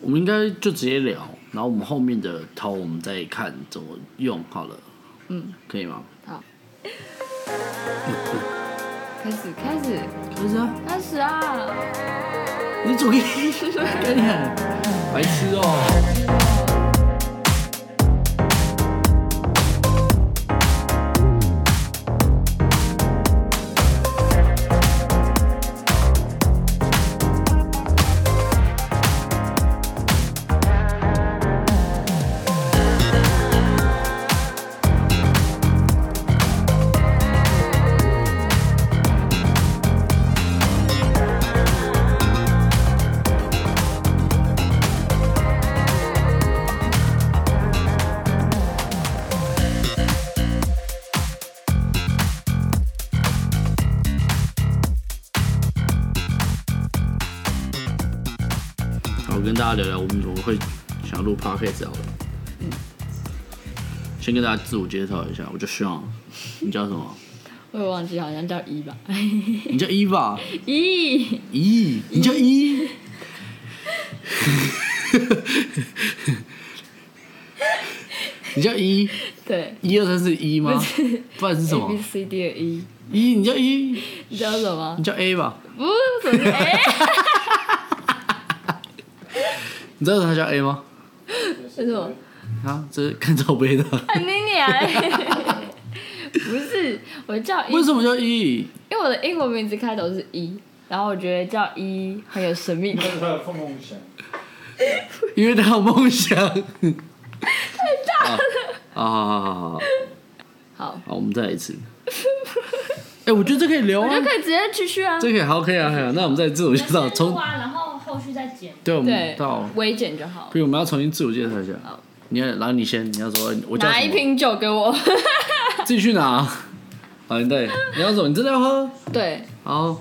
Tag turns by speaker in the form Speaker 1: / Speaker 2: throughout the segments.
Speaker 1: 我们应该就直接聊，然后我们后面的套我们再看怎么用好了。嗯，可以吗？
Speaker 2: 好，开始开始
Speaker 1: 不是啊，
Speaker 2: 开始啊！
Speaker 1: 你主意，跟你很白痴哦、 好，我跟大家聊聊我们怎么会想要录 podcast 好了。嗯先跟大家自我介绍一下，我叫 Sean，你叫什 么？
Speaker 2: 我也忘记，好像叫 一吧。
Speaker 1: 你叫 Eva，
Speaker 2: 一，
Speaker 1: 咦，你叫 E？一、 你叫一、
Speaker 2: 对
Speaker 1: 一二三四一吗
Speaker 2: 不是？
Speaker 1: 不然是什
Speaker 2: ，A
Speaker 1: 么
Speaker 2: B？C D 的一，
Speaker 1: 一，你叫一、
Speaker 2: 你知道什么
Speaker 1: 你？叫 A 吧？
Speaker 2: 不是， 什么？哎，
Speaker 1: 你知道他叫 A 吗？
Speaker 2: 是什么？
Speaker 1: 啊，这是看罩杯的。
Speaker 2: 很你娘！ 不是，我叫一，
Speaker 1: 为什么叫一？
Speaker 2: 因为我的英文名字开头是一，然后我觉得叫一很有神秘感。
Speaker 3: 他有凤凰翔，
Speaker 1: 因为他有梦想。太大了。啊，好好好好好
Speaker 2: 好，
Speaker 1: 好，我们再来一次。哎、我觉得这可以聊
Speaker 2: 我
Speaker 1: 啊
Speaker 2: 就，可以直接继续啊。
Speaker 1: 这可以好，可以啊，可以啊。那我们再自我介绍，
Speaker 4: 先
Speaker 1: 从
Speaker 4: 录啊，然后后续再剪。
Speaker 1: 对我们
Speaker 2: 对
Speaker 1: 到，，
Speaker 2: 微剪就好
Speaker 1: 不。如我们要重新自我介绍一下
Speaker 2: 好。
Speaker 1: 你要，然后你先，你要说，我叫
Speaker 2: 拿
Speaker 1: 什
Speaker 2: 一
Speaker 1: 么？
Speaker 2: 瓶啊酒给我。
Speaker 1: 自己去拿。好，你对，你要走，你真的要喝？
Speaker 2: 对，
Speaker 1: 好。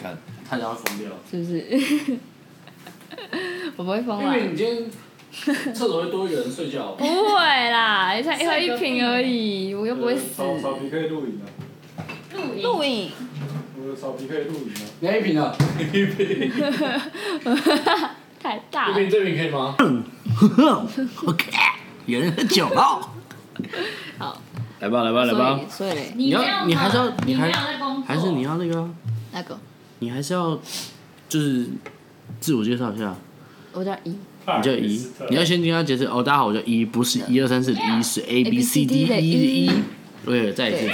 Speaker 1: 看，他想要疯掉。
Speaker 2: 是不是？ 我不会疯啦，
Speaker 1: 你今天厕所会多一个人睡觉
Speaker 2: 不会啦，也才一喝一瓶而已，我又不会死。
Speaker 3: 草草皮可以露营啊，
Speaker 4: 录影。
Speaker 2: 录影，
Speaker 3: 我的草皮可以露营啊。
Speaker 1: 哪一瓶啊？ 一瓶，
Speaker 2: 太大了。
Speaker 1: 这瓶可以吗 ？OK，有人喝酒了。
Speaker 2: 好，
Speaker 1: 来吧，来吧，来吧
Speaker 2: 所以。所以嘞，
Speaker 4: 你
Speaker 1: 要
Speaker 4: 没有嘛
Speaker 1: 你还是要你
Speaker 4: 你
Speaker 1: 还
Speaker 4: 没有在工作，
Speaker 1: 还是你要那个啊，
Speaker 2: 那个
Speaker 1: 你还是要就是自我介绍一下。
Speaker 2: 我叫一
Speaker 3: 啊
Speaker 1: 你叫一， 你要先跟他解释哦。大家好，我叫一，不是一二三四的一，是 A B C D 的
Speaker 2: A B C D 的
Speaker 1: 一
Speaker 2: 一
Speaker 1: 一。对，再一次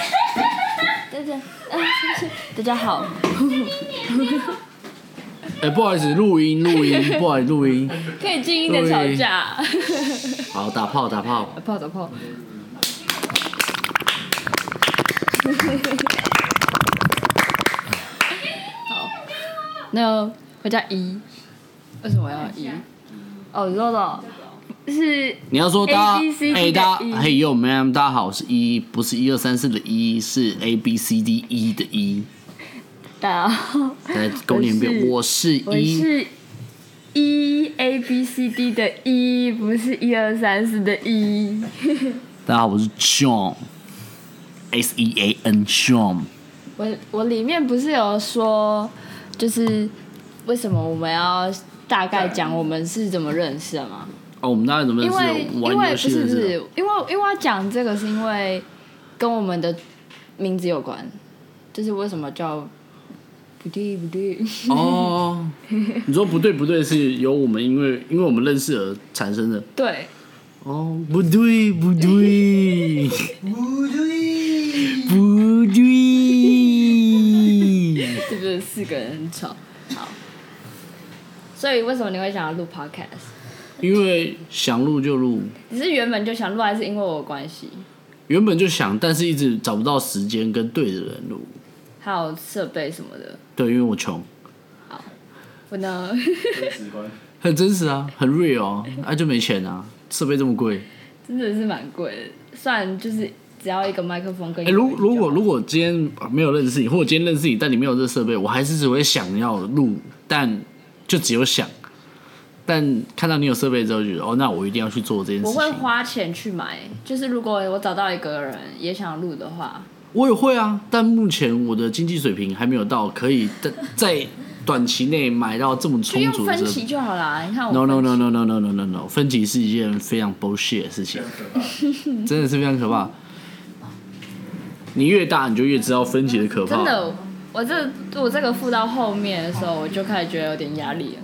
Speaker 2: 对。大家，啊，是不是大家好，
Speaker 1: 哎，不好意思，录音录音，不好意思录音。
Speaker 2: 可以静音的吵 架。
Speaker 1: 好，打炮打炮。
Speaker 2: 泡澡泡，好，那我叫一，为什么要一？哦，肉肉是
Speaker 1: 你要说大家
Speaker 2: A, B, C, D E 的
Speaker 1: 哎，大
Speaker 2: 一
Speaker 1: 家嘿哟 ma'am，大家好，我是一，不是一二三四的一，是 A B C D E 的一。
Speaker 2: 大家好，
Speaker 1: 来，勾念一遍，我
Speaker 2: 我
Speaker 1: 是
Speaker 2: 我
Speaker 1: 一。
Speaker 2: 是一 A B C D 的一，不是一二三四的一。
Speaker 1: 大家好，我是 John，S E A N John。
Speaker 2: 我我里面不是有说，就是为什么我们要大概
Speaker 1: 啊
Speaker 2: 讲我们是怎么认识的吗？
Speaker 1: 哦，我们大概怎么认
Speaker 2: 因
Speaker 1: 识
Speaker 2: 为
Speaker 1: 的？
Speaker 2: 因
Speaker 1: 玩
Speaker 2: 为
Speaker 1: 游
Speaker 2: 不
Speaker 1: 戏
Speaker 2: 是
Speaker 1: 认
Speaker 2: 不
Speaker 1: 识
Speaker 2: 是
Speaker 1: 的。，
Speaker 2: 因为因为要讲这个是因为跟我们的名字有关，就是为什么叫不对不对，
Speaker 1: 哦，你说不对不对，是由我们因为因为我们认识而产生的。
Speaker 2: 对，
Speaker 1: 哦，不对不对
Speaker 3: 不对，
Speaker 1: 不对，
Speaker 2: 是不是四个人很吵？好，所以为什么你会想要录 podcast？
Speaker 1: 因为想录就录，
Speaker 2: 你是原本就想录，还是因为我有关系？
Speaker 1: 原本就想，但是一直找不到时间跟对的人录。
Speaker 2: 还有设备什么的？
Speaker 1: 对，因为我穷，
Speaker 2: 我呢？
Speaker 3: 很直观。
Speaker 1: 很真实啊，很 real 啊，啊就没钱啊，设备这么贵。
Speaker 2: 真的是蛮贵的，算就是只要一个麦克风跟一
Speaker 1: 哎、
Speaker 2: 个
Speaker 1: 如
Speaker 2: 耳机
Speaker 1: 如
Speaker 2: 就
Speaker 1: 果
Speaker 2: 好
Speaker 1: 如果今天没有认识你，或者今天认识你，但你没有这设备，我还是只会想要录，但就只有想。但看到你有设备之后，就觉得哦，那我一定要去做这件事
Speaker 2: 我
Speaker 1: 情。
Speaker 2: 会花钱去买，就是如果我找到一个人也想录的话，
Speaker 1: 我也会啊，但目前我的经济水平还没有到可以在在短期内买到这么
Speaker 2: 就
Speaker 1: 充
Speaker 2: 用
Speaker 1: 足的
Speaker 2: 分
Speaker 1: 设
Speaker 2: 歧
Speaker 1: 备。
Speaker 2: 就好啦。你看我
Speaker 1: No no
Speaker 2: 分歧
Speaker 1: no no no no no no no，分歧是一件非常 bullshit 的事情
Speaker 3: 这，样可怕。
Speaker 1: 真的是非常可怕。你越大，你就越知道分歧的可怕。
Speaker 2: 真的，我这我这个付到后面的时候，我就开始觉得有点压力了。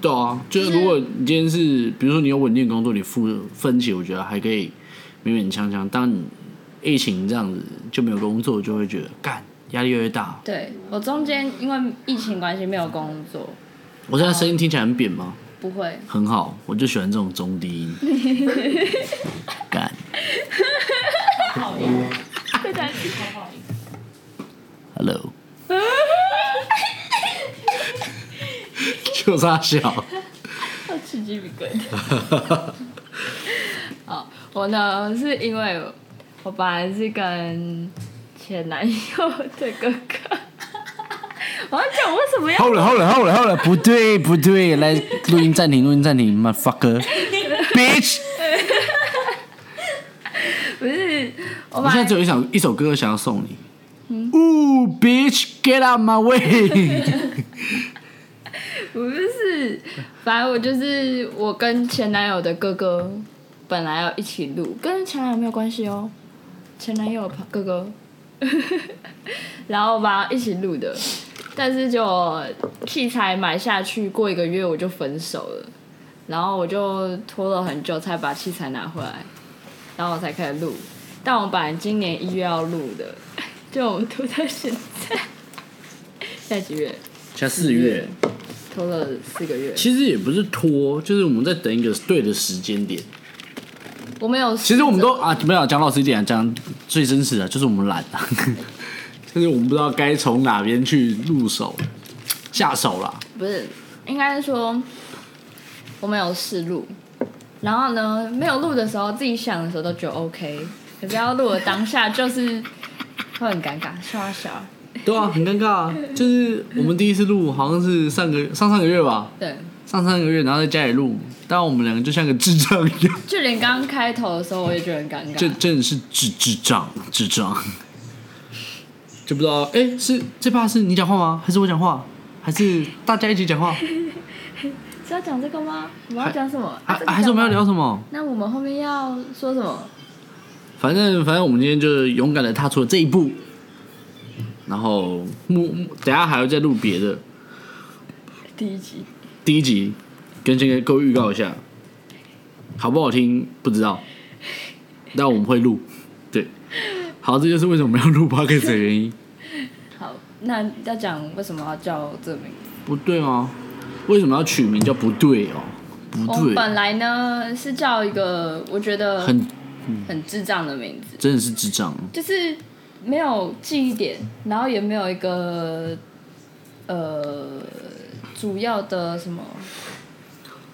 Speaker 1: 对啊，就是如果你今天是，比如说你有稳定的工作，你付分期，我觉得还可以勉勉强强。当你疫情这样子就没有工作，就会觉得干压力越来越大。
Speaker 2: 对我中间因为疫情关系没有工作，
Speaker 1: 我现在声音听起来很扁吗？
Speaker 2: 不会，
Speaker 1: 很好，我就喜欢这种中低 音。干，
Speaker 4: 好呀，好好
Speaker 1: Hello，就差小，
Speaker 2: 要吃鸡皮疙瘩。 好，我呢是因为我本来是跟前男友的哥哥， 我要讲为什么要
Speaker 1: 好了好了好了好了，不对不对，来录音暂停录音暂停，my fucker，bitch，
Speaker 2: 不是我
Speaker 1: 我
Speaker 2: 本
Speaker 1: 现在
Speaker 2: 来
Speaker 1: 只有一首一首歌想要送你。Ooh, bitch, get out my way！
Speaker 2: 我就是，反正我就是我跟前男友的哥哥本来要一起录，跟前男友没有关系哦，前男友的哥哥，然后吧一起录的，但是就器材买下去，过一个月我就分手了，然后我就拖了很久才把器材拿回来，然后我才开始录，但我本来今年一月要录的，就我们拖到现在， 下几月？
Speaker 1: 才四月，
Speaker 2: 拖了四个月。
Speaker 1: 其实也不是拖，就是我们在等一个对的时间点。
Speaker 2: 我没有试着。
Speaker 1: 其实我们都啊，没有讲老实一点，讲最真实的，就是我们懒啊，就是我们不知道该从哪边去入手下手啦。
Speaker 2: 不是，应该是说我们有试录，然后呢，没有录的时候，自己想的时候都觉得 OK，可是要录的当下就是会很尴尬，笑啊笑啊。
Speaker 1: 对啊，很尴尬啊。就是我们第一次录，好像是上个上上个月吧，
Speaker 2: 对，
Speaker 1: 上上个月，然后在家里录，但我们两个就像个智障一样，
Speaker 2: 就连刚刚开头的时候，我也觉得很尴
Speaker 1: 这
Speaker 2: 尬。
Speaker 1: 真的是智智障智障，就不知道哎、是这怕是你讲话吗？还是我讲话？还是大家一起讲话？
Speaker 2: 是要讲这个吗？我们要讲什么？
Speaker 1: 还
Speaker 2: 啊这个
Speaker 1: 还是我们要聊
Speaker 2: 讲吗
Speaker 1: 什么？
Speaker 2: 那我们后面要说什么？
Speaker 1: 反正反正我们今天就是勇敢的踏出了这一步，然后目目等一下还要再录别的
Speaker 2: 第一集
Speaker 1: 第一集，跟先跟各位预告一下，好不好听不知道，但我们会录，对，好，这就是为什么我们要录 p o d c a s 的原因，
Speaker 2: 好，那要讲为什么要叫这个名字？
Speaker 1: 不对吗？为什么要取名叫不对哦？不
Speaker 2: 我们
Speaker 1: 对，
Speaker 2: 本来呢是叫一个我觉得
Speaker 1: 很
Speaker 2: 很智障的名字，
Speaker 1: 真的是智障，
Speaker 2: 就是没有记忆点，然后也没有一个呃主要的什么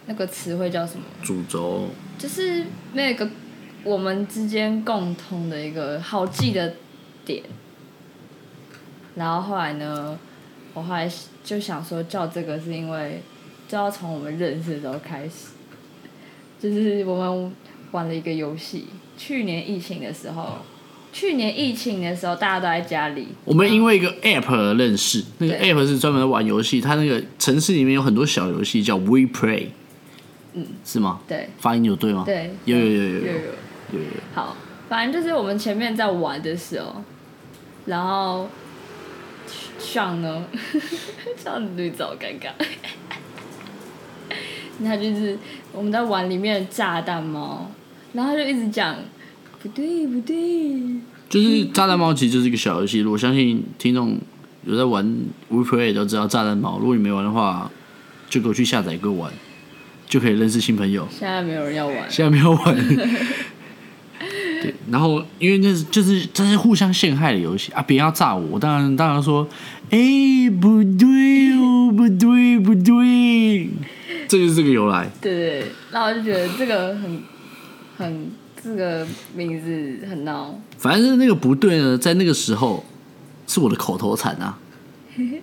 Speaker 2: 那个词汇叫什么，
Speaker 1: 主轴
Speaker 2: 就是没有一个我们之间共同的一个好记的点。然后后来呢，我后来就想说叫这个是因为就要从我们认识的时候开始，就是我们玩了一个游戏，去年疫情的时候。去年疫情的时候，大家都在家里，
Speaker 1: 我们因为一个 app 而认识，那个
Speaker 2: 对
Speaker 1: app 是专门玩游戏，它那个城市里面有很多小游戏叫 We Play，
Speaker 2: 嗯，
Speaker 1: 是吗？
Speaker 2: 对
Speaker 1: 发音有对吗？，
Speaker 2: 对，
Speaker 1: 有有有有有
Speaker 2: 又
Speaker 1: 有
Speaker 2: 有
Speaker 1: 有有，
Speaker 2: 好，反正就是我们前面在玩的时候，然后上呢， 上女子好尴尬。 他就是我们在玩里面的炸弹猫，然后他就一直讲不对不对，
Speaker 1: 就是炸弹猫其实就是一个小游戏，我相信听众有在玩 We Play 都知道炸弹猫，如果你没玩的话，就给我去下载给我玩，就可以认识新朋友。
Speaker 2: 现在没有人要玩，
Speaker 1: 现在没有玩。对，然后因为那是就是这是互相陷害的游戏啊，别人要炸我，我当然当然说，哎、不对哦，不对不对，这就是这个由来。
Speaker 2: 对对对，然后我就觉得这个很很这个名字很闹，
Speaker 1: 反正那个不对呢，在那个时候是我的口头禅啊，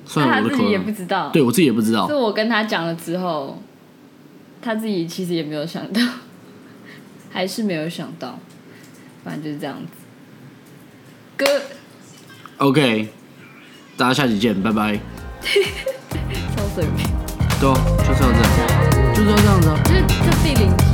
Speaker 1: 算
Speaker 2: 但
Speaker 1: 了
Speaker 2: 他
Speaker 1: 我的
Speaker 2: 自
Speaker 1: 口
Speaker 2: 己
Speaker 1: 头
Speaker 2: 也不
Speaker 1: 禅，
Speaker 2: 知道，
Speaker 1: 对我自己也不知道
Speaker 2: 是，我跟他讲了之后，他自己其实也没有想到，还是没有想到，反正就是这样子。哥，
Speaker 1: OK，大家下期见，拜拜。
Speaker 2: 水平，
Speaker 1: 对、啊，就是要这样，就是要这样子啊。
Speaker 2: 就是这地灵